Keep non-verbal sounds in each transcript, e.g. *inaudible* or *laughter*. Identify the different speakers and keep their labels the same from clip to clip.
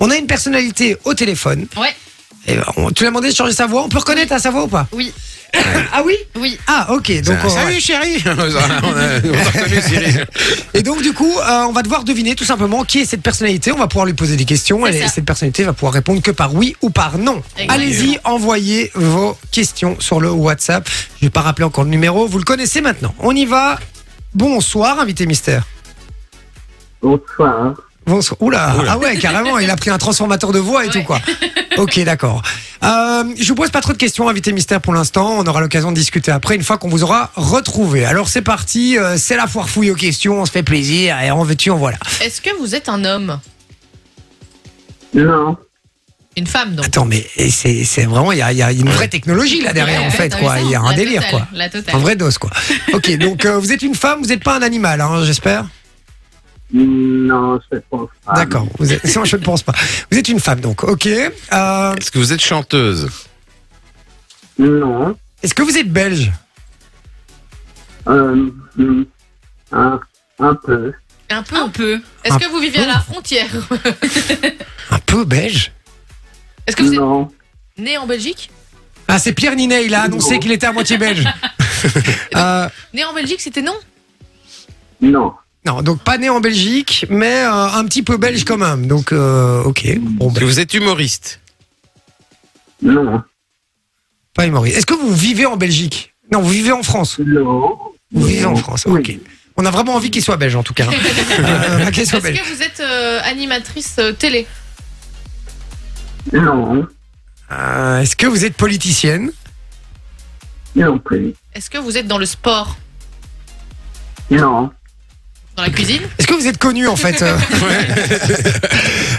Speaker 1: On a une personnalité au téléphone.
Speaker 2: Ouais,
Speaker 1: Et ben, on- tu l'as demandé de changer sa voix. On peut reconnaître à sa voix ou pas
Speaker 2: oui,
Speaker 1: Ah oui
Speaker 2: oui.
Speaker 1: Ah ok. Donc, on-
Speaker 3: Salut chérie *laughs* On a- on a reconnu Cyril.
Speaker 1: Et donc du coup, euh, on va devoir deviner tout simplement qui est cette personnalité. On va pouvoir lui poser des questions
Speaker 2: C'est
Speaker 1: et
Speaker 2: ça.
Speaker 1: cette personnalité va pouvoir répondre que par oui ou par non.
Speaker 2: Exactement.
Speaker 1: Allez-y, envoyez vos questions sur le WhatsApp. Je vais pas rappeler encore le numéro. Vous le connaissez maintenant. On y va. Bonsoir, invité mystère.
Speaker 4: Bonsoir.
Speaker 1: Bonsoir. Oula,
Speaker 3: Oula.
Speaker 1: ah ouais, carrément, il a pris un transformateur de voix et tout
Speaker 2: Ouais. *laughs*
Speaker 1: quoi. Ok, d'accord. Euh, je vous pose pas trop de questions, invité mystère pour l'instant. On aura l'occasion de discuter après, une fois qu'on vous aura retrouvé. Alors c'est parti, euh, c'est la foire fouille aux questions, on se fait plaisir et en veux-tu, en voilà.
Speaker 2: Est-ce que vous êtes un homme
Speaker 4: Non.
Speaker 2: Une femme, donc
Speaker 1: Attends, mais et c'est c'est vraiment, il y a, il y a une vraie technologie là derrière
Speaker 2: Ouais,
Speaker 1: en
Speaker 2: ouais,
Speaker 1: fait,
Speaker 2: t'as
Speaker 1: quoi.
Speaker 2: vu ça
Speaker 1: Il y a un
Speaker 2: La
Speaker 1: délire,
Speaker 2: totale,
Speaker 1: quoi.
Speaker 2: La
Speaker 1: Un
Speaker 2: totale.
Speaker 1: vrai dose, quoi. Ok, donc euh, vous êtes une femme, vous n'êtes pas un animal, hein, j'espère.
Speaker 4: Ah, Non, je pense pas.
Speaker 1: D'accord. Vous êtes... *laughs* Non, je ne pense pas. Vous êtes une femme, donc. Ok. Euh,
Speaker 3: *laughs* Est-ce que vous êtes chanteuse
Speaker 4: Non.
Speaker 1: Est-ce que vous êtes belge
Speaker 4: Euh, hmm, un, un peu.
Speaker 2: Un peu, un peu. Est-ce
Speaker 1: Un
Speaker 2: que vous vivez à la frontière
Speaker 1: Un peu belge.
Speaker 2: Est-ce que vous êtes
Speaker 4: Non.
Speaker 2: né en Belgique
Speaker 1: Ah, c'est Pierre Ninet. Il a annoncé qu'il était à moitié belge. Euh,
Speaker 2: Né en Belgique, c'était non
Speaker 4: Non.
Speaker 1: non, donc pas né en Belgique, mais euh, un petit peu belge quand même. Donc, euh, ok. Bon,
Speaker 3: Est-ce
Speaker 1: ben,
Speaker 3: que vous êtes humoriste
Speaker 4: Non.
Speaker 1: pas humoriste. Est-ce que vous vivez en Belgique Non, vous vivez en France.
Speaker 4: Non.
Speaker 1: Vous vivez en France,
Speaker 4: Oui.
Speaker 1: ok. On a vraiment envie qu'il soit belge en tout cas. hein. Euh, qu'il soit
Speaker 2: Est-ce
Speaker 1: belge.
Speaker 2: que vous êtes euh, animatrice euh, télé
Speaker 4: Non.
Speaker 1: Euh, Est-ce que vous êtes politicienne
Speaker 4: Non plus.
Speaker 2: Est-ce que vous êtes dans le sport
Speaker 4: Non.
Speaker 2: Dans la cuisine
Speaker 1: Est-ce que vous êtes connue en fait euh
Speaker 3: Ouais.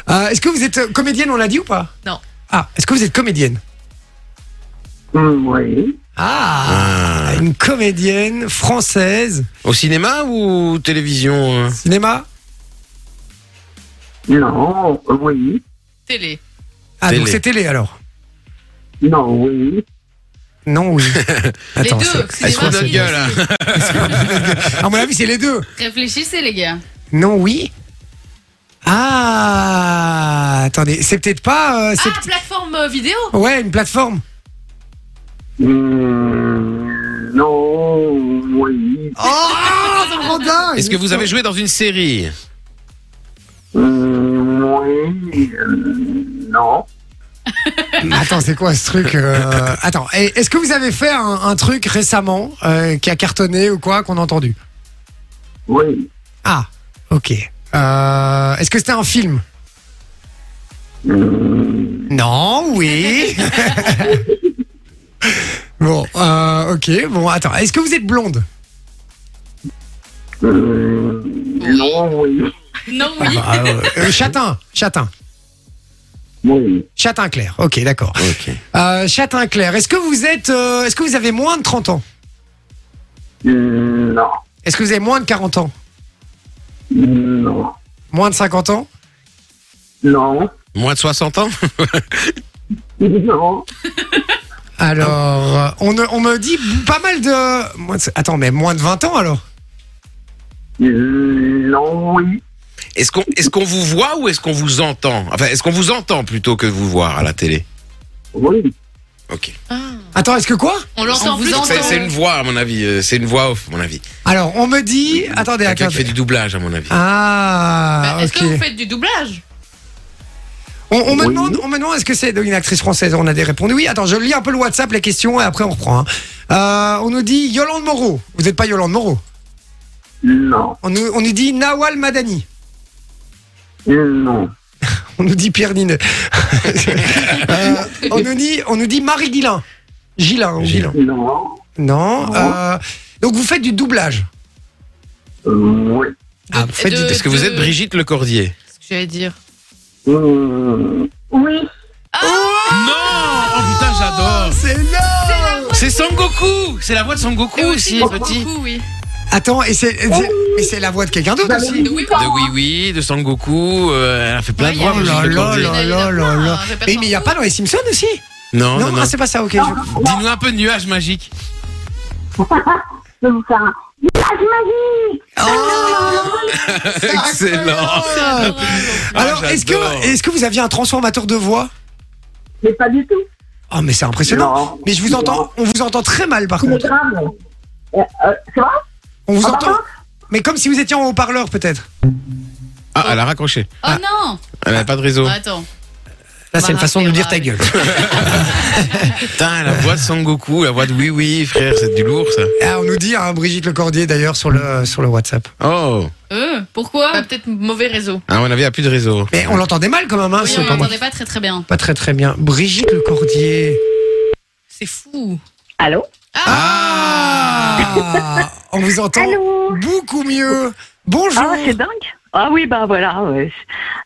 Speaker 1: Euh, Est-ce que vous êtes euh, comédienne, on l'a dit ou pas
Speaker 2: Non.
Speaker 1: Ah, est-ce que vous êtes comédienne
Speaker 4: Hmm, Oui.
Speaker 1: Ah
Speaker 3: Ah.
Speaker 1: Une comédienne française,
Speaker 3: Au cinéma ou télévision euh
Speaker 1: cinéma
Speaker 4: Non. Oui.
Speaker 2: Télé.
Speaker 1: Ah, donc
Speaker 3: Télé.
Speaker 1: c'est télé alors
Speaker 4: Non, oui.
Speaker 1: Non, *laughs* oui.
Speaker 2: les
Speaker 1: c'est-
Speaker 2: deux. cinéma,
Speaker 3: Elle se fout de notre
Speaker 2: télé.
Speaker 3: gueule là.
Speaker 1: *laughs* à mon avis, c'est les deux.
Speaker 2: Réfléchissez, les gars.
Speaker 1: Non, oui. Ah Attendez, c'est peut-être pas. euh, c'est
Speaker 2: Ah, plateforme euh, vidéo
Speaker 1: peut- Ouais, une plateforme.
Speaker 4: Hmm, Non. Oui.
Speaker 1: Oh, Sarandin
Speaker 3: Est-ce que vous
Speaker 2: *laughs*
Speaker 3: avez joué dans une série
Speaker 4: Hmm, Oui. euh, Non.
Speaker 1: Attends, c'est quoi ce truc euh, Attends, et- est-ce que vous avez fait un, un truc récemment euh, qui a cartonné ou quoi qu'on a entendu
Speaker 4: Oui.
Speaker 1: Ah, ok. Euh, est-ce que c'était un film
Speaker 4: Hmm,
Speaker 1: Non, oui. bon, euh, ok. Bon, attends, est-ce que vous êtes blonde
Speaker 4: hmm, Non, oui.
Speaker 2: Non, oui.
Speaker 1: Ah, euh, euh, Châtain, châtain,
Speaker 4: Oui.
Speaker 1: châtain clair. Ok, d'accord.
Speaker 3: Ok.
Speaker 1: Euh, châtain clair. Est-ce que vous êtes, euh, est-ce que vous avez moins de 30 ans
Speaker 4: Hmm, Non.
Speaker 1: Est-ce que vous avez moins de 40 ans
Speaker 4: Non.
Speaker 1: Moins de 50 ans
Speaker 4: Non.
Speaker 3: Moins de 60 ans
Speaker 4: Non.
Speaker 1: Alors, euh, on, on me dit pas mal de. moins de- Attends, mais moins de 20 ans alors
Speaker 4: Mm, Non, oui.
Speaker 3: Est-ce qu'on est qu'on vous voit ou est-ce qu'on vous entend Enfin, est-ce qu'on vous entend plutôt que vous voir à la télé
Speaker 4: Oui.
Speaker 3: Ok.
Speaker 2: Ah.
Speaker 1: Attends, est-ce que quoi
Speaker 2: On l'entend plus.
Speaker 3: C'est- C'est une voix, à mon avis. euh, C'est une voix off, à mon avis.
Speaker 1: Alors, on me dit. Attendez,
Speaker 3: Quelqu'un qui
Speaker 1: attendez.
Speaker 3: fait du doublage, à mon avis.
Speaker 1: Ah,
Speaker 2: Bah, Est-ce
Speaker 1: ok.
Speaker 2: que vous faites du doublage
Speaker 1: On, on me
Speaker 4: Oui.
Speaker 1: demande, on me demande est-ce que c'est une actrice française On a des réponses. Oui, attends, je lis un peu le WhatsApp, les questions, et après on reprend. hein. Euh, on nous dit Yolande Moreau. Vous n'êtes pas Yolande Moreau.
Speaker 4: Non.
Speaker 1: On nous, on nous dit Nawal Madani.
Speaker 4: Mm, Non.
Speaker 1: On nous dit Pierre Ninet. Euh, on, nous dit, on nous dit Marie Guillain. Gillin. ou
Speaker 3: Gillin.
Speaker 4: Non.
Speaker 1: Non.
Speaker 4: Non.
Speaker 1: euh, donc vous faites du doublage.
Speaker 4: Euh, Oui.
Speaker 1: Ah, vous faites du-
Speaker 3: Est-ce que vous êtes Brigitte Lecordier
Speaker 2: Qu'est-ce que j'allais dire
Speaker 4: Euh, Oui.
Speaker 3: Non Oh putain, j'adore
Speaker 1: C'est énorme
Speaker 3: C'est Sangoku C'est la voix de Sangoku
Speaker 2: Et
Speaker 3: aussi,
Speaker 2: beaucoup,
Speaker 3: petit.
Speaker 2: oui.
Speaker 1: Attends, et c'est, c'est- mais c'est la voix de quelqu'un d'autre aussi.
Speaker 2: Oui,
Speaker 3: De Oui Oui, de Sangoku, euh, elle a fait plein
Speaker 2: Ouais,
Speaker 3: de
Speaker 2: il y
Speaker 3: voix.
Speaker 2: a des-
Speaker 3: Brigitte
Speaker 1: Oh là
Speaker 3: Lecordier.
Speaker 1: là.
Speaker 2: euh,
Speaker 1: Et mais il n'y a pas dans les Simpsons aussi
Speaker 3: Oh,
Speaker 1: Non,
Speaker 3: Non, non, non.
Speaker 1: ah, c'est pas ça, ok. je-
Speaker 3: Dis-nous un peu de nuage magique.
Speaker 4: Je vais vous faire un Village magique
Speaker 2: Oh
Speaker 3: Excellent.
Speaker 2: C'est adorable.
Speaker 1: Alors, est-ce
Speaker 3: Ah, j'adore.
Speaker 1: que, est-ce que vous aviez un transformateur de voix
Speaker 4: Mais pas du tout.
Speaker 1: Oh, mais c'est impressionnant.
Speaker 4: Non.
Speaker 1: Mais je vous entends, on vous entend très mal par
Speaker 4: C'est
Speaker 1: contre.
Speaker 4: grave. Euh, euh, c'est vrai
Speaker 1: On vous
Speaker 4: Ah,
Speaker 1: entend.
Speaker 4: pardon
Speaker 1: Mais comme si vous étiez en haut-parleur peut-être.
Speaker 3: Ah, elle a raccroché.
Speaker 2: Oh non
Speaker 3: Elle n'a pas de réseau.
Speaker 2: Attends.
Speaker 1: Là, c'est une façon de nous dire ta gueule.
Speaker 3: Putain, la voix de Son Goku, la voix de Oui Oui, frère, c'est du lourd ça.
Speaker 1: *laughs* Ah, on nous dit, hein, Brigitte Lecordier d'ailleurs, sur le, sur le WhatsApp.
Speaker 3: Oh,
Speaker 2: Euh, pourquoi Bah, Peut-être mauvais réseau.
Speaker 3: à mon avis, il n'y a plus de réseau.
Speaker 1: Mais on l'entendait mal quand même, hein,
Speaker 2: Oui,
Speaker 1: c'est
Speaker 2: on
Speaker 1: pas, moi.
Speaker 2: l'entendait pas très très bien.
Speaker 1: pas très très bien. Brigitte Lecordier.
Speaker 2: C'est fou.
Speaker 5: Allô
Speaker 1: Ah On vous entend
Speaker 5: Allô
Speaker 1: beaucoup mieux. Bonjour.
Speaker 5: Ah, c'est dingue Ah oui, bah voilà, ouais.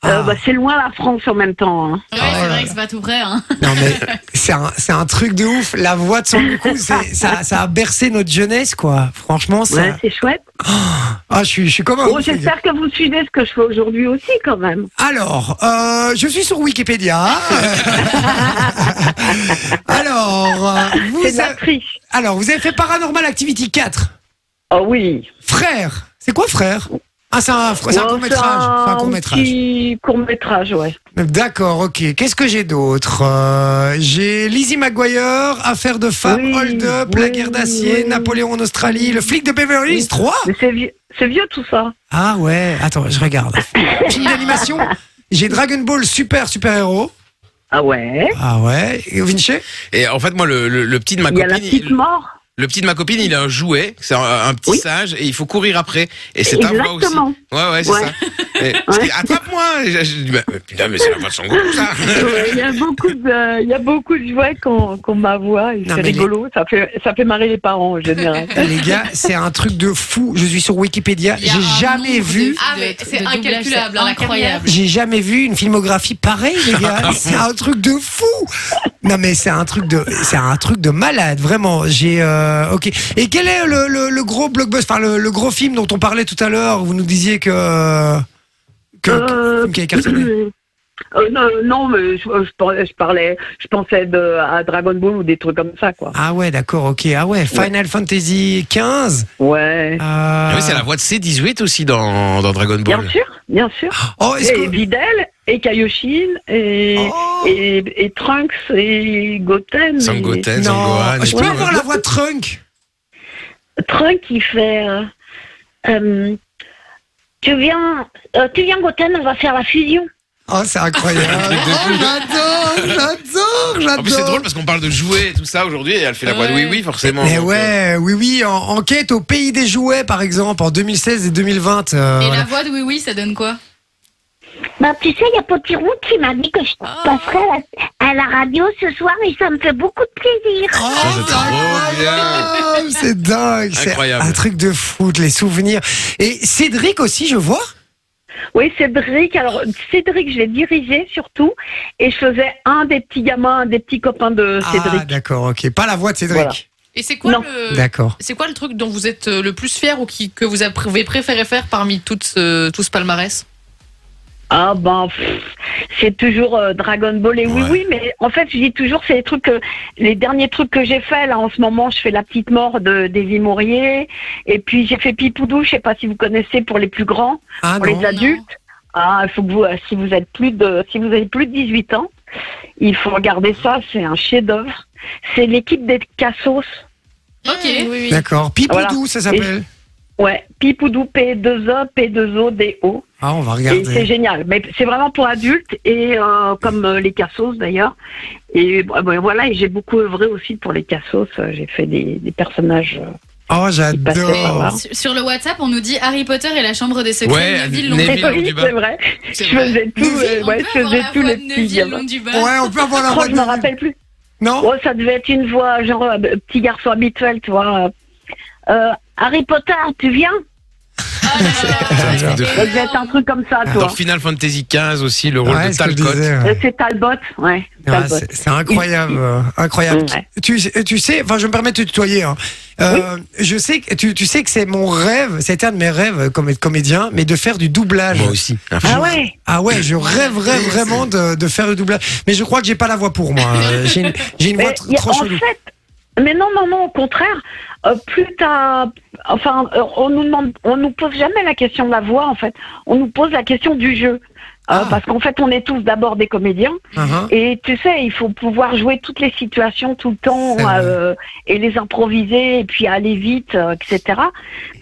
Speaker 5: Euh,
Speaker 1: Ah.
Speaker 5: bah, c'est loin la France en même temps. hein.
Speaker 2: Ouais,
Speaker 1: Ah,
Speaker 2: c'est
Speaker 1: là,
Speaker 2: vrai
Speaker 1: là.
Speaker 2: que c'est pas tout vrai. Hein.
Speaker 1: Non mais c'est un, c'est un truc de ouf. La voix de son coup, c'est- ça, ça a bercé notre jeunesse quoi. Franchement, ça...
Speaker 5: Ouais, c'est chouette.
Speaker 1: ah, je suis, je suis comme un
Speaker 5: Bon,
Speaker 1: ouf, les gars.
Speaker 5: Oh, j'espère que vous suivez ce que je fais aujourd'hui aussi, quand même.
Speaker 1: Alors, euh, je suis sur
Speaker 5: *laughs*
Speaker 1: Wikipédia. alors, euh,
Speaker 5: C'est de
Speaker 1: vous
Speaker 5: la
Speaker 1: a-
Speaker 5: triche.
Speaker 1: alors, vous avez fait Paranormal Activity 4.
Speaker 5: Oh oui.
Speaker 1: Frère. C'est quoi, frère Ah, c'est un, fr- c'est un
Speaker 5: Bon,
Speaker 1: court-métrage. C'est un court-métrage.
Speaker 5: petit court-métrage, ouais.
Speaker 1: D'accord, ok. Qu'est-ce que j'ai d'autre Euh, J'ai Lizzie McGuire, Affaire de femme,
Speaker 5: Oui,
Speaker 1: Hold Up,
Speaker 5: oui,
Speaker 1: La guerre d'acier,
Speaker 5: oui.
Speaker 1: Napoléon en Australie, Le flic de Beverly Hills 3.
Speaker 5: Mais c'est vieux, c'est vieux tout ça.
Speaker 1: Ah ouais, attends, je regarde. Film d'animation, j'ai Dragon Ball Super Super Héros.
Speaker 5: Ah ouais
Speaker 1: Ah ouais, Et Vinci
Speaker 3: Et en fait, moi, le, le- le petit de ma
Speaker 5: Il y a la
Speaker 3: copine,
Speaker 5: petite
Speaker 3: il-
Speaker 5: mort.
Speaker 3: le petit de ma copine, il a un jouet, c'est un, un petit
Speaker 5: Oui.
Speaker 3: singe, et il faut courir après. Et c'est ta voix aussi.
Speaker 5: Exactement.
Speaker 3: Ouais, ouais, c'est
Speaker 5: Ouais.
Speaker 3: ça. Et- parce qu'il- Attrape-moi. Et j'ai- j'ai dit, bah, putain, mais c'est la voix de Son Goku ça.
Speaker 5: Ouais, Il y a beaucoup de, il y a beaucoup de jouets qu'on qu'on m'avoue et
Speaker 1: Non,
Speaker 5: c'est
Speaker 1: mais
Speaker 5: rigolo. Ça fait, ça fait marrer les parents en général.
Speaker 1: Les gars, c'est un truc de fou. Je suis sur Wikipédia.
Speaker 2: Euh, Il y a un
Speaker 1: J'ai jamais
Speaker 2: nombre de-
Speaker 1: vu.
Speaker 2: Ah, mais c'est incalculable, incroyable.
Speaker 1: J'ai jamais vu une filmographie pareille, les gars.
Speaker 2: Ah,
Speaker 1: C'est un truc de fou. Non, mais c'est un truc de, c'est un truc de malade, vraiment. J'ai, euh, ok. Et quel est le, le- le gros blockbuster, enfin le, le gros film dont on parlait tout à l'heure Vous nous disiez que que
Speaker 5: Euh,
Speaker 1: qui a cartonné.
Speaker 5: euh, non, non, mais je, je parlais, je parlais, je pensais de, à Dragon Ball ou des trucs comme ça, quoi.
Speaker 1: Ah ouais, d'accord, ok. Ah ouais, Final Fantasy Euh, 15.
Speaker 5: Ouais.
Speaker 3: Ah oui, c'est la voix de C18 aussi dans, dans Dragon
Speaker 5: Bien
Speaker 3: Ball.
Speaker 5: sûr, bien sûr.
Speaker 1: Oh, est-ce
Speaker 5: Et
Speaker 1: que...
Speaker 5: Videl, et Kaioshin, et,
Speaker 1: Oh.
Speaker 5: et, et Trunks, et Goten.
Speaker 3: Son
Speaker 5: et-
Speaker 3: Goten, Son Gohan.
Speaker 1: Non, Ah,
Speaker 3: et
Speaker 1: je
Speaker 3: tout.
Speaker 1: peux avoir la voix de Trunk.
Speaker 5: Trunks, il fait. euh, euh,
Speaker 6: Tu viens, euh, tu viens, Goten, on va faire la fusion.
Speaker 1: Oh, c'est incroyable.
Speaker 3: *laughs*
Speaker 1: oh, j'adore, j'adore, j'adore.
Speaker 3: En plus, Ah, c'est drôle parce qu'on parle de jouets et tout ça aujourd'hui, et elle fait la voix de Oui
Speaker 2: Ouais.
Speaker 3: Oui, forcément.
Speaker 1: Mais
Speaker 3: Donc, euh,
Speaker 1: ouais, oui, oui, en, enquête au pays des jouets, par exemple, en 2016 et 2020. euh,
Speaker 2: Et la
Speaker 1: voilà.
Speaker 2: voix de Oui Oui, ça donne quoi
Speaker 6: Bah, tu sais, il y a Potiroute qui m'a dit que je passerai à la, à la radio ce soir et ça me fait beaucoup de plaisir.
Speaker 1: Oh,
Speaker 3: Ça, c'est
Speaker 1: c'est
Speaker 3: trop
Speaker 1: incroyable, c'est dingue, c'est
Speaker 3: Incroyable.
Speaker 1: un truc de fou, les souvenirs. Et Cédric aussi, je vois.
Speaker 5: Oui, Cédric. Alors, Cédric, je l'ai dirigé surtout. Et je faisais un des petits gamins, un des petits copains de
Speaker 1: Ah,
Speaker 5: Cédric.
Speaker 1: d'accord, ok, pas la voix de Cédric.
Speaker 2: Et c'est quoi
Speaker 5: Non.
Speaker 2: le.
Speaker 1: D'accord.
Speaker 2: C'est quoi le truc dont vous êtes euh, le plus fier ou qui, que vous avez préféré faire parmi toutes ce- tout ce palmarès
Speaker 5: Ah, ben, pff, c'est toujours euh, Dragon Ball et oui,
Speaker 3: Ouais.
Speaker 5: oui. Mais en fait, je dis toujours, c'est les trucs, que- les derniers trucs que j'ai fait. Là, en ce moment, je fais La Petite Mort de, des Imoriers. Et puis, j'ai fait Pipoudou. Je sais pas si vous connaissez pour les plus grands.
Speaker 1: Ah
Speaker 5: pour
Speaker 1: non.
Speaker 5: les adultes. Ah, il faut que vous, euh, si vous êtes plus de, si vous avez plus de 18 ans, il faut regarder ça. C'est un chef-d'œuvre. C'est l'équipe des Cassos.
Speaker 2: Ok.
Speaker 6: Mmh,
Speaker 2: oui,
Speaker 1: D'accord. Pipoudou,
Speaker 5: Voilà.
Speaker 1: ça s'appelle.
Speaker 5: Ouais, Pipoudou P2O, P2O, DO.
Speaker 1: Ah, on va
Speaker 5: Et c'est
Speaker 1: regarder.
Speaker 5: génial. Mais c'est vraiment pour adultes et euh, comme euh, les Cassos d'ailleurs. Et euh, ben, voilà, et j'ai beaucoup œuvré aussi pour les Cassos. Euh, J'ai fait des, des personnages. euh,
Speaker 1: Oh,
Speaker 5: passait par
Speaker 1: j'adore.
Speaker 5: là.
Speaker 2: Sur- Sur le WhatsApp, on nous dit Harry Potter et la chambre des secrets.
Speaker 3: Ouais,
Speaker 2: Neville
Speaker 3: Neville.
Speaker 2: Londubat.
Speaker 5: C'est
Speaker 3: Londubat.
Speaker 5: oui, c'est vrai. Je
Speaker 3: euh, c'est vrai.
Speaker 5: faisais tout.
Speaker 1: Neville,
Speaker 5: euh, ouais, je faisais tous les petits gamins.
Speaker 1: Ouais, on peut avoir la
Speaker 5: Je crois
Speaker 1: voix
Speaker 5: que
Speaker 1: de
Speaker 5: je me rappelle plus.
Speaker 1: Non
Speaker 5: Oh, ça devait être une voix, genre euh, petit garçon habituel, tu vois. Euh, Harry Potter, tu viens
Speaker 7: Oh
Speaker 1: *laughs*
Speaker 3: C'est un truc de
Speaker 2: Ah.
Speaker 5: Ça devait être un truc comme ça,
Speaker 3: Dans
Speaker 5: toi.
Speaker 3: Final Fantasy XV aussi, le rôle
Speaker 1: Ouais,
Speaker 3: de
Speaker 1: ce que je
Speaker 3: Talcott.
Speaker 1: disais, ouais.
Speaker 5: Euh, C'est Talbot, ouais.
Speaker 1: Ah,
Speaker 5: Talbot.
Speaker 1: c'est c'est incroyable, euh, incroyable.
Speaker 5: Ouais.
Speaker 1: Tu, euh, tu sais, enfin, je me permets de te tutoyer. hein. Euh, Je sais que tu, tu sais que c'est mon rêve, c'était un de mes rêves comme être comédien, mais de faire du doublage.
Speaker 3: Moi aussi. à fond.
Speaker 5: Ah ouais
Speaker 1: Ah ouais, je rêverais
Speaker 5: *laughs*
Speaker 1: vraiment de, de faire du doublage, mais je crois que j'ai pas la voix pour moi. Euh, J'ai une, j'ai une voix
Speaker 5: Mais
Speaker 1: tr-
Speaker 5: il y a-
Speaker 1: trop
Speaker 5: En
Speaker 1: chelou.
Speaker 5: fait, Mais non, non, non, au contraire, euh, plus t'as. Enfin, euh, on nous demande, on nous pose jamais la question de la voix, en fait. On nous pose la question du jeu. Euh,
Speaker 1: Ah.
Speaker 5: Parce qu'en fait, on est tous d'abord des comédiens.
Speaker 1: Uhum.
Speaker 5: Et tu sais, il faut pouvoir jouer toutes les situations tout le temps
Speaker 1: C'est vrai.
Speaker 5: euh, et les improviser et puis aller vite, euh, etc.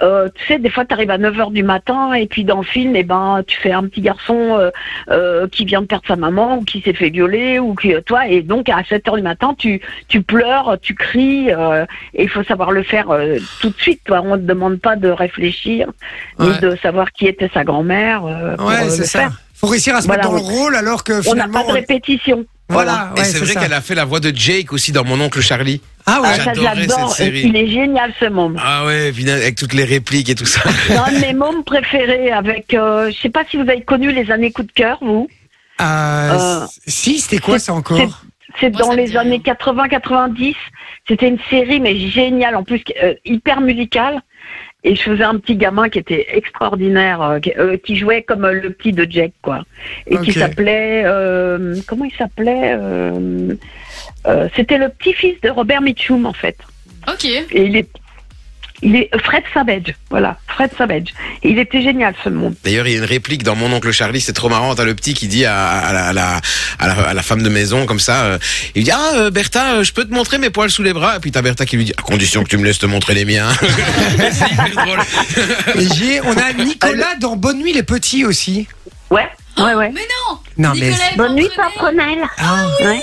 Speaker 5: Euh, tu sais, des fois, tu arrives à 9h du matin et puis dans le film, eh ben, tu fais un petit garçon euh, euh, qui vient de perdre sa maman ou qui s'est fait violer ou qui, euh, toi, et donc à 7h du matin, tu, tu pleures, tu cries euh, et il faut savoir le faire euh, tout de suite. Toi. On ne te demande pas de réfléchir
Speaker 1: Ouais.
Speaker 5: ni de savoir qui était sa grand-mère. euh, pour, euh,
Speaker 1: Ouais,
Speaker 5: le
Speaker 1: c'est ça.
Speaker 5: faire.
Speaker 1: Faut réussir à se
Speaker 5: Voilà,
Speaker 1: mettre dans le rôle alors que
Speaker 5: On n'a pas
Speaker 1: finalement.
Speaker 5: de répétition.
Speaker 1: Voilà,
Speaker 3: Et
Speaker 1: ouais,
Speaker 3: c'est vrai
Speaker 1: ça.
Speaker 3: qu'elle a fait la voix de Jake aussi dans Mon oncle Charlie.
Speaker 1: Ah
Speaker 5: Ah,
Speaker 1: ouais.
Speaker 5: ça, je
Speaker 3: J'adorais
Speaker 5: l'adore.
Speaker 3: cette série.
Speaker 5: Il est génial
Speaker 3: *laughs*
Speaker 5: ce môme.
Speaker 3: Ah ouais, final- avec toutes les répliques et tout ça.
Speaker 5: C'est un de mes mômes préférés. Avec, euh, je sais pas si vous avez connu les années coup de cœur, vous.
Speaker 1: Euh,
Speaker 5: Euh,
Speaker 1: si, c'était quoi ça
Speaker 5: c'est-
Speaker 1: encore
Speaker 5: C'est
Speaker 2: Moi, ça
Speaker 5: dans
Speaker 2: me dit
Speaker 5: les
Speaker 2: rien.
Speaker 5: années 80-90. C'était une série mais géniale en plus euh, hyper musicale. Et je faisais un petit gamin qui était extraordinaire, euh, qui, euh, qui jouait comme euh, le petit de Jack, quoi. Et qui
Speaker 1: Ok.
Speaker 5: s'appelait, euh, comment il s'appelait euh, euh, C'était le petit-fils de Robert Mitchum, en fait.
Speaker 2: Ok.
Speaker 5: Et il est, il est Fred Savage, voilà, Fred Savage. Et il était génial ce monde.
Speaker 3: D'ailleurs, il y a une réplique dans Mon oncle Charlie, c'est trop marrant. T'as le petit qui dit à, à la, à la- à la- à la femme de maison, comme ça, euh, il dit Ah, euh, Bertha, euh, je peux te montrer mes poils sous les bras Et puis t'as Bertha qui lui dit À condition que tu me laisses te montrer
Speaker 8: *laughs*
Speaker 3: les miens. C'est hyper drôle.
Speaker 1: Et j'ai- On
Speaker 5: *laughs*
Speaker 1: a Nicolas dans Bonne Nuit les Petits aussi.
Speaker 5: Ouais, ouais, ouais.
Speaker 7: Mais non
Speaker 1: Non mais
Speaker 7: Nicolas est
Speaker 6: Bonne nuit,
Speaker 7: entraîné.
Speaker 6: Paprenelle.
Speaker 1: Ah,
Speaker 5: ouais.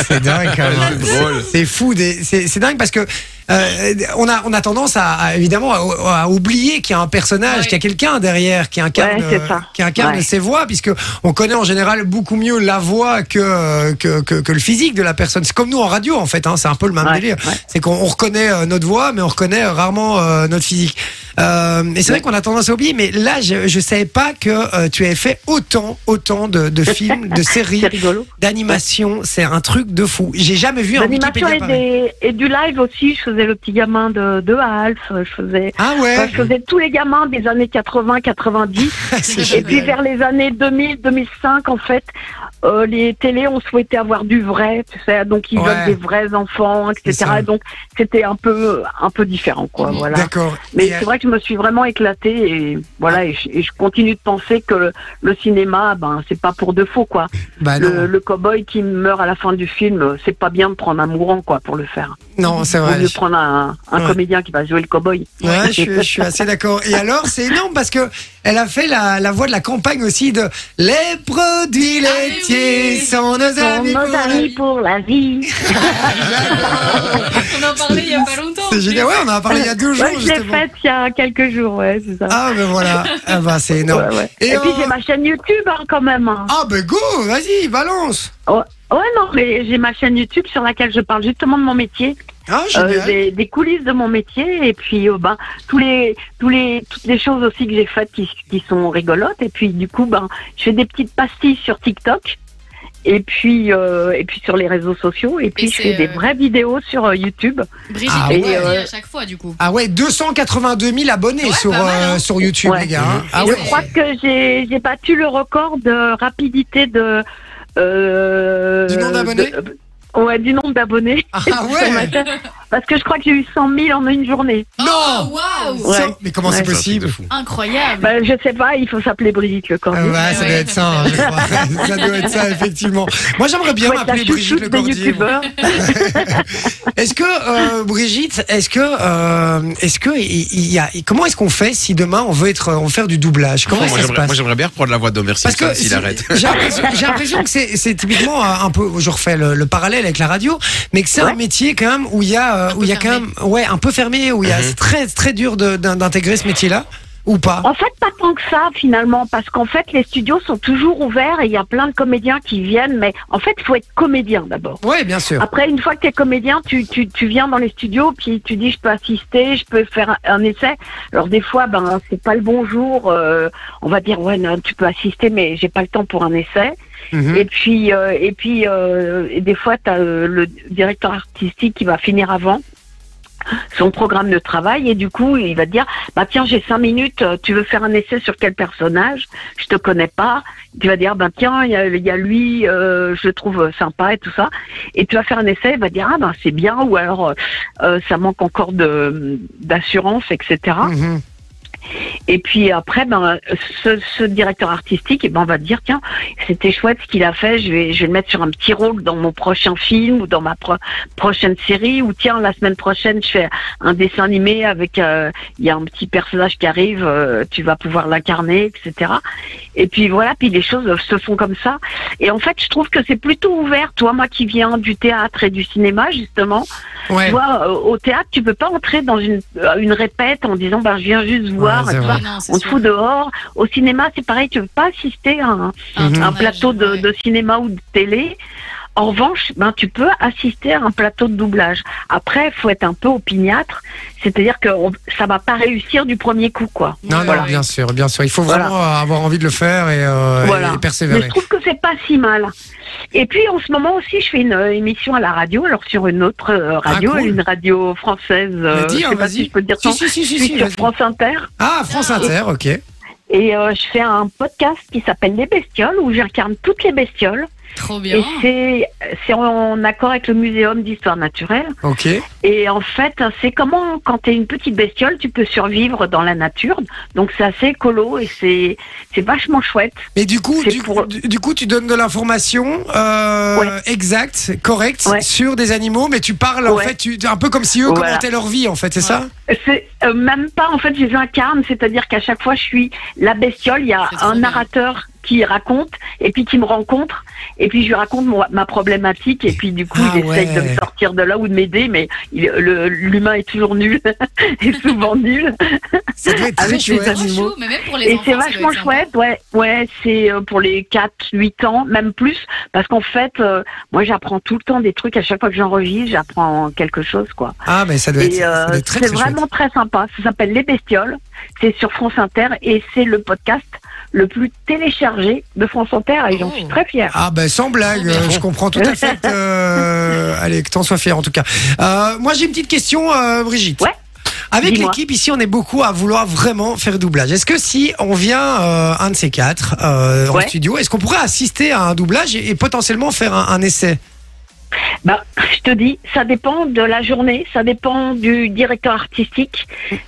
Speaker 1: *laughs* c'est dingue quand même.
Speaker 3: C'est drôle.
Speaker 1: C'est fou, des- c'est c'est dingue parce que euh, on a on a tendance à, à, évidemment à, à oublier qu'il y a un personnage,
Speaker 2: Ouais.
Speaker 1: qu'il y a quelqu'un derrière qui incarne,
Speaker 5: Ouais, c'est
Speaker 1: euh,
Speaker 5: ça.
Speaker 1: qui incarne
Speaker 5: Ouais.
Speaker 1: ses voix, puisque on connaît en général beaucoup mieux la voix que euh, que, que, que le physique de la personne. C'est comme nous en radio en fait, hein, c'est un peu le même
Speaker 5: Ouais,
Speaker 1: délire.
Speaker 5: ouais.
Speaker 1: C'est qu'on on reconnaît euh, notre voix, mais on reconnaît euh, rarement euh, notre physique. Euh, et c'est vrai qu'on a tendance à oublier, mais là je je savais pas que euh, tu avais fait autant autant de, de films,
Speaker 5: *laughs*
Speaker 1: de séries
Speaker 5: C'est rigolo.
Speaker 1: d'animation, c'est un truc de fou. J'ai jamais vu un
Speaker 5: L'animation
Speaker 1: Wikipédia
Speaker 5: et,
Speaker 1: pareil.
Speaker 5: des- et du live aussi. Je faisais le petit gamin de, de Alf. Je faisais,
Speaker 1: Ah
Speaker 5: enfin,
Speaker 1: ouais,
Speaker 5: je faisais tous les gamins des années 80-90.
Speaker 1: *laughs* c'est
Speaker 5: Et puis
Speaker 7: *laughs*
Speaker 1: génial.
Speaker 5: vers les années 2000-2005, en fait, euh, les télés ont souhaité avoir du vrai, tu sais, donc ils
Speaker 1: Ouais.
Speaker 5: veulent des vrais enfants,
Speaker 1: C'est
Speaker 5: etc.
Speaker 1: ça.
Speaker 5: Et donc c'était un peu, un peu différent, quoi. Voilà.
Speaker 1: D'accord.
Speaker 5: Mais
Speaker 1: Et, euh,
Speaker 5: c'est vrai que je me suis vraiment éclatée et
Speaker 1: Ah.
Speaker 5: voilà et je, et je continue de penser que le, le cinéma ben c'est pas pour de faux quoi.
Speaker 1: bah non,
Speaker 5: le, le cowboy qui meurt à la fin du film euh, c'est pas bien de prendre un mourant quoi pour le faire.
Speaker 1: non c'est
Speaker 5: Au
Speaker 1: vrai.
Speaker 5: lieu de prendre un, un
Speaker 1: Ouais.
Speaker 5: comédien qui va jouer le cowboy.
Speaker 1: Ouais, je,
Speaker 5: *laughs*
Speaker 1: suis- je suis assez d'accord. Et alors, c'est énorme parce que elle a fait la, la voix de la campagne aussi de Les produits
Speaker 2: Ah, mais
Speaker 1: laitiers
Speaker 2: oui.
Speaker 1: sont nos
Speaker 6: Pour
Speaker 1: amis.
Speaker 6: nos
Speaker 1: pour la vie.
Speaker 6: amis pour la vie.
Speaker 2: On en parlait il y a pas longtemps.
Speaker 1: C'est génial. Ouais, on en a parlé il y a deux jours
Speaker 5: Ouais, je l'ai
Speaker 1: justement.
Speaker 5: faite il y a quelques jours ouais c'est ça.
Speaker 1: Ah ben
Speaker 5: *laughs*
Speaker 1: voilà. Ah bah c'est énorme.
Speaker 5: Ouais, ouais.
Speaker 1: Et,
Speaker 5: Et, puis
Speaker 1: euh,
Speaker 5: j'ai ma chaîne YouTube hein, quand même. hein.
Speaker 1: Ah ben go, vas-y, balance.
Speaker 5: Ouais non mais j'ai ma chaîne YouTube sur laquelle je parle justement de mon métier.
Speaker 1: Ah
Speaker 5: Euh,
Speaker 1: génial.
Speaker 5: des, des coulisses de mon métier et puis euh, ben tous les tous les toutes les choses aussi que j'ai faites qui, qui sont rigolotes et puis du coup ben je fais des petites pastilles sur TikTok et puis euh, et puis sur les réseaux sociaux et puis je
Speaker 2: c'est,
Speaker 5: fais des
Speaker 2: euh,
Speaker 5: vraies vidéos sur euh, YouTube
Speaker 7: Brigitte,
Speaker 1: Ah
Speaker 7: on
Speaker 5: ouais.
Speaker 7: va dire à chaque fois, du coup.
Speaker 1: Ah ouais, 282 000 abonnés
Speaker 2: Ouais,
Speaker 1: sur
Speaker 2: pas mal,
Speaker 1: euh,
Speaker 2: hein.
Speaker 1: sur YouTube
Speaker 5: Ouais.
Speaker 1: les gars. hein. Ah
Speaker 2: Et
Speaker 1: ouais.
Speaker 5: je crois que j'ai j'ai battu le record de rapidité de euh,
Speaker 1: Du nombre d'abonnés
Speaker 5: de- euh, ouais du nombre d'abonnés
Speaker 1: Ah
Speaker 5: *laughs* sur ma
Speaker 1: ouais.
Speaker 5: chaîne. parce que je crois que j'ai eu 100 000 en une journée
Speaker 1: Non.
Speaker 7: Oh, waouh
Speaker 5: Ouais.
Speaker 1: Ça, Mais comment
Speaker 5: Ouais.
Speaker 1: c'est
Speaker 3: C'est un truc de
Speaker 1: possible
Speaker 3: fou.
Speaker 7: Incroyable
Speaker 5: ben, je sais pas il faut s'appeler Brigitte le
Speaker 1: Ah
Speaker 5: Cordier
Speaker 1: ouais, ça doit
Speaker 2: Ouais.
Speaker 1: être ça, hein, je crois. ça doit être ça, effectivement. Moi, j'aimerais bien
Speaker 5: Faut être la
Speaker 1: m'appeler Brigitte
Speaker 5: chouchoute
Speaker 1: Le
Speaker 5: des
Speaker 1: Cordier. moi.
Speaker 5: youtubeurs.
Speaker 1: Est-ce que, euh, Brigitte, est-ce que, euh, est-ce que, il il y a, comment est-ce qu'on fait si demain on veut être, on veut faire du doublage Comment
Speaker 3: moi,
Speaker 1: ça se
Speaker 3: j'aimerais,
Speaker 1: passe
Speaker 3: moi, j'aimerais bien reprendre la voix d'Homer
Speaker 1: Parce
Speaker 3: Simpson
Speaker 1: que
Speaker 3: s'il
Speaker 1: si-
Speaker 3: arrête.
Speaker 1: j'ai l'impression- j'ai l'impression que c'est c'est typiquement euh, un peu, je refais le, le parallèle avec la radio, mais que c'est un métier quand même où il y a, euh,
Speaker 2: Un
Speaker 1: où il y a
Speaker 2: peu
Speaker 1: quand même, ouais, un peu fermé, où il y a
Speaker 3: Mhm.
Speaker 1: c'est très très dur de- d'in- d'intégrer ce métier-là ou pas.
Speaker 5: En fait, pas tant que ça finalement, parce qu'en fait, les studios sont toujours ouverts et il y a plein de comédiens qui viennent, mais en fait, il faut être comédien d'abord.
Speaker 1: Ouais, bien sûr.
Speaker 5: Après, une fois que tu es comédien, tu, tu, tu viens dans les studios, puis tu dis je peux assister, je peux faire un- un essai. Alors des fois, ben c'est pas le bon jour. euh, on va dire ouais, non, tu peux assister, mais j'ai pas le temps pour un essai.
Speaker 1: Mhm.
Speaker 5: Et puis, euh, et puis, euh, et des fois, t'as euh, le directeur artistique qui va finir avant. son programme de travail et du coup il va te dire bah tiens j'ai cinq minutes euh, tu veux faire un essai sur quel personnage je te connais pas tu vas dire bah tiens il y a, il y a lui euh, je le trouve sympa et tout ça et tu vas faire un essai il va dire ah ben c'est bien ou alors euh, euh, ça manque encore de d'assurance etc
Speaker 1: Mhm.
Speaker 5: et puis après, ben, ce, ce directeur artistique, et ben, on va te dire, tiens, c'était chouette ce qu'il a fait, je vais, je vais le mettre sur un petit rôle dans mon prochain film ou dans ma pro- prochaine série, ou tiens, la semaine prochaine, je fais un dessin animé avec, euh, il y a un petit personnage qui arrive, euh, tu vas pouvoir l'incarner, etc. Et puis voilà, puis les choses se font comme ça. Et en fait, je trouve que c'est plutôt ouvert, toi, moi qui viens du théâtre et du cinéma, justement, tu
Speaker 1: Ouais.
Speaker 5: vois, euh, au théâtre, tu peux pas entrer dans une, euh, une répète en disant ben, je viens juste voir.
Speaker 1: c'est
Speaker 5: tu vois.
Speaker 1: vrai.
Speaker 7: Ouais, non, c'est
Speaker 5: Bah, on te
Speaker 7: sûr.
Speaker 5: fout dehors. Au cinéma, c'est pareil, tu peux pas assister à un,
Speaker 1: Mhm.
Speaker 5: un
Speaker 7: tournage,
Speaker 5: plateau de,
Speaker 7: ouais.
Speaker 5: de cinéma ou de télé. En revanche, ben, tu peux assister à un plateau de doublage. Après, faut être un peu opiniâtre, c'est-à-dire que on- ça va pas réussir du premier coup, quoi.
Speaker 1: Non,
Speaker 7: Voilà.
Speaker 1: non, bien sûr, bien sûr. Il faut
Speaker 5: Voilà.
Speaker 1: vraiment euh, avoir envie de le faire et, euh,
Speaker 5: Voilà.
Speaker 1: et
Speaker 5: Mais je
Speaker 1: persévérer.
Speaker 5: trouve que c'est pas si mal. Et puis en ce moment aussi, je fais une euh, émission à la radio, alors sur une autre euh, radio,
Speaker 1: Ah, cool.
Speaker 5: une radio française. euh,
Speaker 1: dis,
Speaker 5: je
Speaker 1: hein,
Speaker 5: sais pas
Speaker 1: vas-y.
Speaker 5: si je peux te dire
Speaker 1: Si, si,
Speaker 5: ça.
Speaker 1: si, si,
Speaker 5: Je suis
Speaker 1: si,
Speaker 5: sur
Speaker 1: vas-y.
Speaker 5: France Inter
Speaker 1: Ah, France Inter, ok.
Speaker 5: et euh, je fais un podcast qui s'appelle Les Bestioles où j'incarne toutes les bestioles
Speaker 7: Trop
Speaker 5: et
Speaker 2: oh.
Speaker 7: bien.
Speaker 5: c'est c'est en accord avec le Muséum d'histoire naturelle
Speaker 1: Ok.
Speaker 5: et en fait c'est comment quand t'es une petite bestiole tu peux survivre dans la nature donc c'est assez écolo et c'est c'est vachement chouette
Speaker 1: Mais du coup,
Speaker 5: C'est
Speaker 1: du,
Speaker 5: pour-
Speaker 1: du- du coup, tu donnes de l'information euh,
Speaker 5: Ouais.
Speaker 1: exacte, correcte,
Speaker 5: Ouais.
Speaker 1: sur des animaux, mais tu parles en
Speaker 5: Ouais.
Speaker 1: fait, tu, un peu comme si eux
Speaker 5: Voilà.
Speaker 1: commentaient leur vie en fait, c'est ça
Speaker 5: C'est euh, même pas, en fait, je les incarne, c'est-à-dire qu'à chaque fois, je suis la bestiole, il y a
Speaker 7: C'est trop
Speaker 5: un
Speaker 7: bien.
Speaker 5: narrateur qui raconte, et puis qui me rencontre, et puis je lui raconte mon- ma problématique, et puis du coup,
Speaker 1: Ah
Speaker 5: il essaye de
Speaker 1: ouais.
Speaker 5: me sortir de là ou de m'aider, mais il- le- l'humain est toujours nul, *laughs* et souvent nul.
Speaker 1: Ça doit être très
Speaker 5: Avec les
Speaker 1: chouette.
Speaker 7: Trop
Speaker 5: animaux.
Speaker 7: chou, mais même pour les
Speaker 5: Et
Speaker 7: enfants,
Speaker 5: c'est
Speaker 7: ça doit
Speaker 5: vachement
Speaker 7: être sympa.
Speaker 5: chouette, ouais, ouais, c'est euh, pour les 4, 8 ans, même plus, parce qu'en fait, euh, moi, j'apprends tout le temps des trucs, à chaque fois que j'enregistre, j'apprends quelque chose, quoi.
Speaker 1: Ah, mais ça doit être,
Speaker 5: Et
Speaker 1: ça
Speaker 5: euh,
Speaker 1: doit être très
Speaker 5: c'est
Speaker 1: très chouette.
Speaker 5: vraiment très sympa. Ça s'appelle Les Bestioles. C'est sur France Inter et c'est le podcast le plus téléchargé de France Inter et j'en
Speaker 2: Oh.
Speaker 5: suis très fière.
Speaker 1: Ah ben sans blague,
Speaker 7: Mais
Speaker 1: euh,
Speaker 3: bon.
Speaker 1: je comprends tout à fait. euh, allez, que t'en sois fier en tout cas. Euh, moi j'ai une petite question, euh, Brigitte.
Speaker 5: Ouais.
Speaker 1: Avec
Speaker 5: Dis-moi.
Speaker 1: l'équipe ici, on est beaucoup à vouloir vraiment faire doublage. Est-ce que si on vient euh, un de ces quatre euh, en
Speaker 5: Ouais.
Speaker 1: studio, est-ce qu'on pourrait assister à un doublage et, et potentiellement faire un, un essai
Speaker 5: Bah, je te dis, ça dépend de la journée, ça dépend du directeur artistique,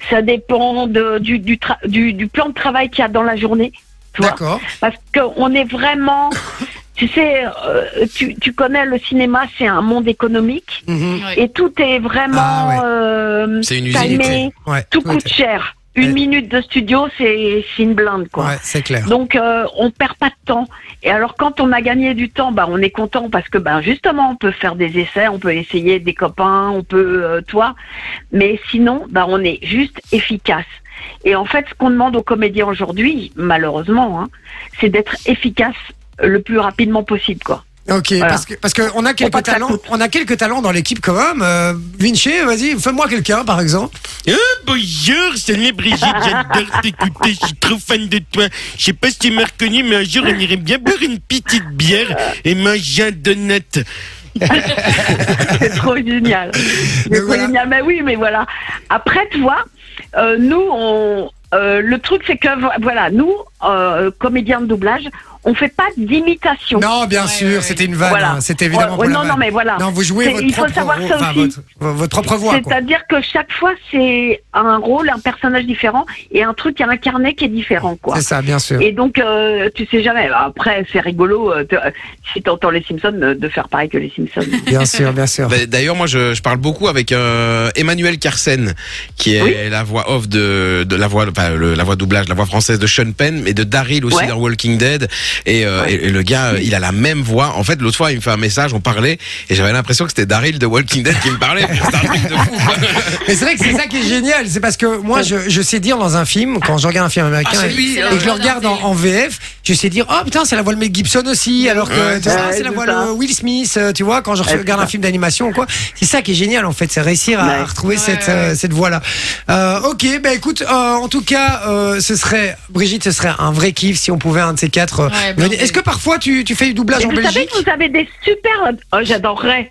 Speaker 5: ça dépend de- du, du, tra- du, du plan de travail qu'il y a dans la journée. Tu vois
Speaker 1: D'accord.
Speaker 5: parce qu'on est vraiment...
Speaker 1: *laughs*
Speaker 5: Tu sais, euh, tu, tu connais le cinéma, c'est un monde économique
Speaker 1: Mhm.
Speaker 7: Ouais.
Speaker 5: et tout est vraiment
Speaker 1: Ah ouais.
Speaker 5: euh,
Speaker 3: C'est une usine.
Speaker 5: timé.
Speaker 1: Ouais.
Speaker 5: tout
Speaker 1: ouais,
Speaker 5: coûte cher. Une
Speaker 1: Ouais.
Speaker 5: minute de studio, c'est c'est une blinde, quoi.
Speaker 1: Ouais, c'est clair.
Speaker 5: Donc, euh, on perd pas de temps. Et alors, quand on a gagné du temps, bah, on est content parce que, ben, justement, on peut faire des essais, on peut essayer des copains, on peut, euh, toi. Mais sinon, bah, on est juste efficace. Et en fait, ce qu'on demande aux comédiens aujourd'hui, malheureusement, hein, c'est d'être efficace le plus rapidement possible, quoi.
Speaker 1: Ok, parce que parce que on a
Speaker 5: pas
Speaker 1: quelques
Speaker 5: que ça
Speaker 1: talents,
Speaker 5: coûte.
Speaker 1: on a quelques talents dans l'équipe quand même. Euh, Vinci, vas-y, fais-moi quelqu'un par exemple.
Speaker 8: Bonjour, c'est les
Speaker 3: *laughs*
Speaker 8: Brigitte, j'adore t'écouter, je suis trop fan de toi. Je sais pas si tu m'as reconnu, mais un jour on irait bien boire une petite bière et manger un donut.
Speaker 5: C'est
Speaker 1: *laughs*
Speaker 5: trop génial. C'est
Speaker 1: Mais
Speaker 5: trop
Speaker 1: voilà.
Speaker 5: génial. Mais oui, mais voilà. Après, tu vois, euh, nous, on, euh, le truc, c'est que, vo- voilà, nous, euh, comédiens de doublage, on fait pas d'imitation.
Speaker 1: Non, bien sûr,
Speaker 7: ouais, ouais.
Speaker 1: c'était une vanne,
Speaker 5: Voilà.
Speaker 1: hein, c'était évidemment
Speaker 5: Ouais,
Speaker 1: pour
Speaker 5: ouais,
Speaker 1: la
Speaker 5: non,
Speaker 1: vanne.
Speaker 5: non, Ah. mais voilà.
Speaker 1: Non, vous jouez
Speaker 5: C'est-
Speaker 1: votre
Speaker 5: il faut
Speaker 1: propre,
Speaker 5: savoir
Speaker 1: rôle-
Speaker 5: ça
Speaker 1: enfin,
Speaker 5: aussi.
Speaker 1: votre, votre propre voix. quoi.
Speaker 5: C'est-à-dire que chaque fois, c'est un rôle, un personnage différent et un truc à incarner qui est différent, quoi.
Speaker 1: C'est ça, bien sûr.
Speaker 5: Et donc, euh, tu sais jamais. Après, c'est rigolo. euh, te- euh, si t'entends les Simpsons, euh, de faire pareil que les Simpsons.
Speaker 1: Bien sûr, bien
Speaker 3: *laughs*
Speaker 5: Ah.
Speaker 1: sûr.
Speaker 3: Bah, D'ailleurs, moi, je, je parle beaucoup avec euh, Emmanuel Carsen, qui est
Speaker 5: Oui.
Speaker 3: la voix off de, de la voix, enfin, le- la voix doublage, la voix française de Sean Penn, mais de Daryl aussi
Speaker 5: Ouais.
Speaker 3: dans Walking Dead. Et, euh,
Speaker 5: Ouais.
Speaker 3: et- et le gars, euh, il a la même voix. En fait, l'autre fois, il me fait un message, on parlait, et j'avais l'impression que c'était Daryl de Walking Dead qui me
Speaker 5: *laughs*
Speaker 3: parlait. C'était un truc de fou. quoi.
Speaker 1: Mais c'est vrai que c'est ça qui est génial. C'est parce que moi, je, je sais dire dans un film, quand je regarde un film américain
Speaker 3: Ah, c'est
Speaker 1: et,
Speaker 3: lui,
Speaker 1: et
Speaker 7: hein.
Speaker 1: que je le regarde en, en VF, je sais dire, oh putain, c'est la voix de Mel Gibson aussi, alors que
Speaker 3: Ouais.
Speaker 1: tu vois,
Speaker 5: Ouais,
Speaker 1: c'est la
Speaker 5: c'est
Speaker 1: voix
Speaker 5: ça.
Speaker 1: de Will Smith, euh, tu vois, quand je
Speaker 5: Ouais,
Speaker 1: regarde
Speaker 5: c'est
Speaker 1: un
Speaker 5: ça.
Speaker 1: film d'animation ou quoi. C'est ça qui est génial, en fait, c'est réussir à
Speaker 5: Ouais.
Speaker 1: retrouver
Speaker 7: Ouais,
Speaker 1: cette,
Speaker 7: ouais,
Speaker 1: euh, cette voix-là. Euh, ok, bah écoute, euh, en tout cas, euh, ce serait, Brigitte, ce serait un vrai kiff si on pouvait un de ces quatre euh,
Speaker 7: Ouais. Ouais,
Speaker 1: Venez-
Speaker 7: blindé.
Speaker 1: Est-ce que parfois tu, tu fais du doublage
Speaker 5: Et
Speaker 1: en
Speaker 5: vous savez
Speaker 1: Belgique
Speaker 5: que vous avez des super. Oh, J'adorerais.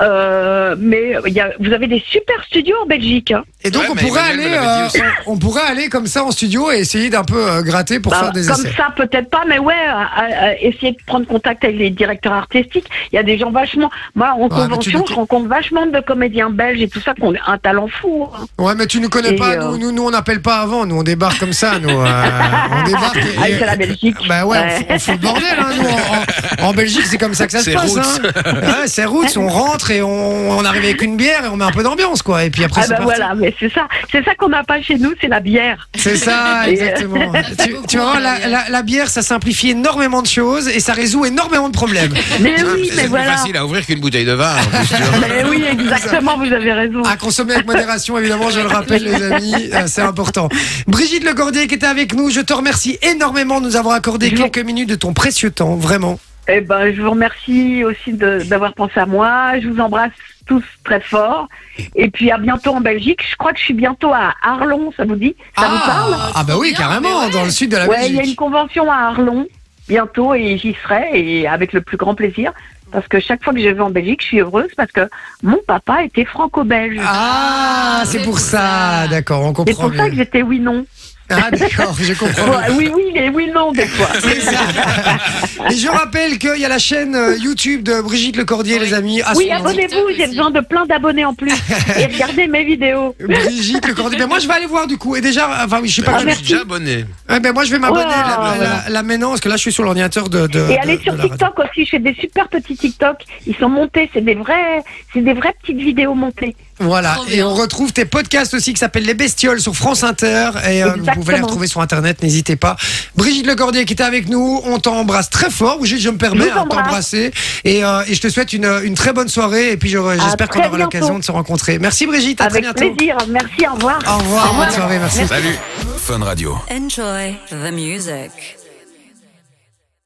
Speaker 5: Euh, mais il y a- vous avez des super studios en Belgique. hein.
Speaker 1: Et donc
Speaker 3: Ouais,
Speaker 1: on
Speaker 3: mais
Speaker 1: pourrait aller,
Speaker 3: Emmanuel me l'avait dit
Speaker 1: euh, on on pourrait aller comme ça en studio et essayer d'un peu euh, gratter pour
Speaker 5: Bah,
Speaker 1: faire des
Speaker 5: comme
Speaker 1: essais.
Speaker 5: ça, peut-être pas, mais ouais, euh, essayer de prendre contact avec les directeurs artistiques. Il y a des gens vachement. Moi, en
Speaker 1: tu
Speaker 5: convention,
Speaker 1: nous-
Speaker 5: je rencontre vachement de comédiens belges et tout ça qui ont un talent fou. hein.
Speaker 1: Ouais, mais tu nous connais
Speaker 5: Et,
Speaker 1: pas.
Speaker 5: euh,
Speaker 1: Nous, nous, nous, on n'appelle pas avant. Nous, on débarque comme ça. Nous, euh,
Speaker 5: *laughs*
Speaker 1: on débarque. et-
Speaker 5: Ah, c'est la Belgique.
Speaker 1: Bah ouais, on
Speaker 5: Ouais.
Speaker 1: fout- On, fout le bordel, hein, nous. En- En, en Belgique, c'est comme ça que ça se
Speaker 3: C'est
Speaker 1: passe.
Speaker 3: roots.
Speaker 1: Hein. Ouais, c'est roots, on rentre et on, on arrive avec une bière et on met un peu d'ambiance, quoi. Et puis après,
Speaker 5: Ah
Speaker 1: c'est
Speaker 5: bah
Speaker 1: parti.
Speaker 5: voilà, mais c'est ça, c'est ça qu'on n'a pas chez nous, c'est
Speaker 1: *laughs*
Speaker 5: la bière.
Speaker 1: C'est ça,
Speaker 5: Et, euh, *laughs*
Speaker 1: exactement. tu, tu vas voir, la, la- la bière, ça simplifie énormément de choses et ça résout énormément de problèmes.
Speaker 5: Mais
Speaker 3: Ah,
Speaker 5: oui,
Speaker 3: *laughs* c'est
Speaker 5: mais
Speaker 3: plus
Speaker 5: voilà.
Speaker 3: facile à ouvrir qu'une bouteille de
Speaker 5: *laughs*
Speaker 3: vin. en plus, tu vois.
Speaker 5: Mais
Speaker 1: *laughs*
Speaker 5: oui, exactement, vous avez raison.
Speaker 1: À consommer avec modération, évidemment, je le rappelle, les amis, euh, c'est important. Brigitte Lecordier qui était avec nous, je te remercie énormément de nous avoir accordé
Speaker 5: Je vous-
Speaker 1: quelques minutes de ton précieux temps, vraiment.
Speaker 5: Eh ben, je vous remercie aussi de- d'avoir pensé à moi. Je vous embrasse tous très fort. Et puis à bientôt en Belgique. Je crois que je suis bientôt à Arlon, ça vous dit Ça vous parle
Speaker 1: ah bah oui,
Speaker 7: bien,
Speaker 1: carrément,
Speaker 7: mais ouais.
Speaker 1: dans le sud de la
Speaker 5: Ouais, il y a une
Speaker 1: Belgique.
Speaker 5: convention à Arlon bientôt et j'y serai et avec le plus grand plaisir. Parce que chaque fois que je vais en Belgique, je suis heureuse parce que mon papa était franco-belge.
Speaker 1: Ah, c'est pour ça, d'accord, on
Speaker 5: c'est
Speaker 1: comprend
Speaker 5: pour ça que
Speaker 1: mieux.
Speaker 5: j'étais oui-non.
Speaker 1: Ah d'accord, *laughs* je comprends. mieux.
Speaker 5: *laughs* Ouais, oui, oui, mais oui-non des fois.
Speaker 1: C'est ça. Et je rappelle qu'il y a la chaîne euh, YouTube de Brigitte Lecordier,
Speaker 7: Oui.
Speaker 1: les amis. à
Speaker 5: Oui,
Speaker 1: son nom.
Speaker 5: abonnez-vous, j'ai besoin de plein d'abonnés
Speaker 1: *laughs*
Speaker 5: en plus. Et regardez mes vidéos.
Speaker 1: Brigitte Lecordier. Ben moi, je vais aller voir du coup. Et déjà, enfin oui, je sais pas.
Speaker 3: Moi,
Speaker 5: Ah,
Speaker 3: je me
Speaker 5: merci.
Speaker 3: suis déjà abonné.
Speaker 1: Ouais, ben moi, je vais m'abonner
Speaker 5: Wow.
Speaker 1: là, là, là, là, maintenant parce que là, je suis sur l'ordinateur de. Euh, de-
Speaker 5: Et
Speaker 1: de-
Speaker 5: allez
Speaker 1: de
Speaker 5: sur
Speaker 1: la radio.
Speaker 5: TikTok aussi, je fais des super petits TikTok. Ils sont montés, c'est des vrais, c'est des vraies petites vidéos montées.
Speaker 1: Voilà.
Speaker 7: Trop
Speaker 1: Et
Speaker 7: bien.
Speaker 1: on retrouve tes podcasts aussi qui s'appellent Les Bestioles sur France Inter. Et euh, vous pouvez les
Speaker 5: Exactement.
Speaker 1: retrouver sur Internet. N'hésitez pas. Brigitte Lecordier qui était avec nous. On t'embrasse très fort. Brigitte, je me permets
Speaker 5: Je vous
Speaker 1: hein, de
Speaker 5: embrasse.
Speaker 1: t'embrasser. Et, euh, et je te souhaite une, une très bonne soirée. Et puis, je- j'espère qu'on
Speaker 5: très
Speaker 1: aura
Speaker 5: bientôt.
Speaker 1: l'occasion de se rencontrer. Merci Brigitte. À
Speaker 5: Avec
Speaker 1: très bientôt.
Speaker 5: plaisir. Merci, au revoir.
Speaker 1: Au revoir. Bonne soirée. Merci.
Speaker 3: Salut.
Speaker 9: Enjoy the music.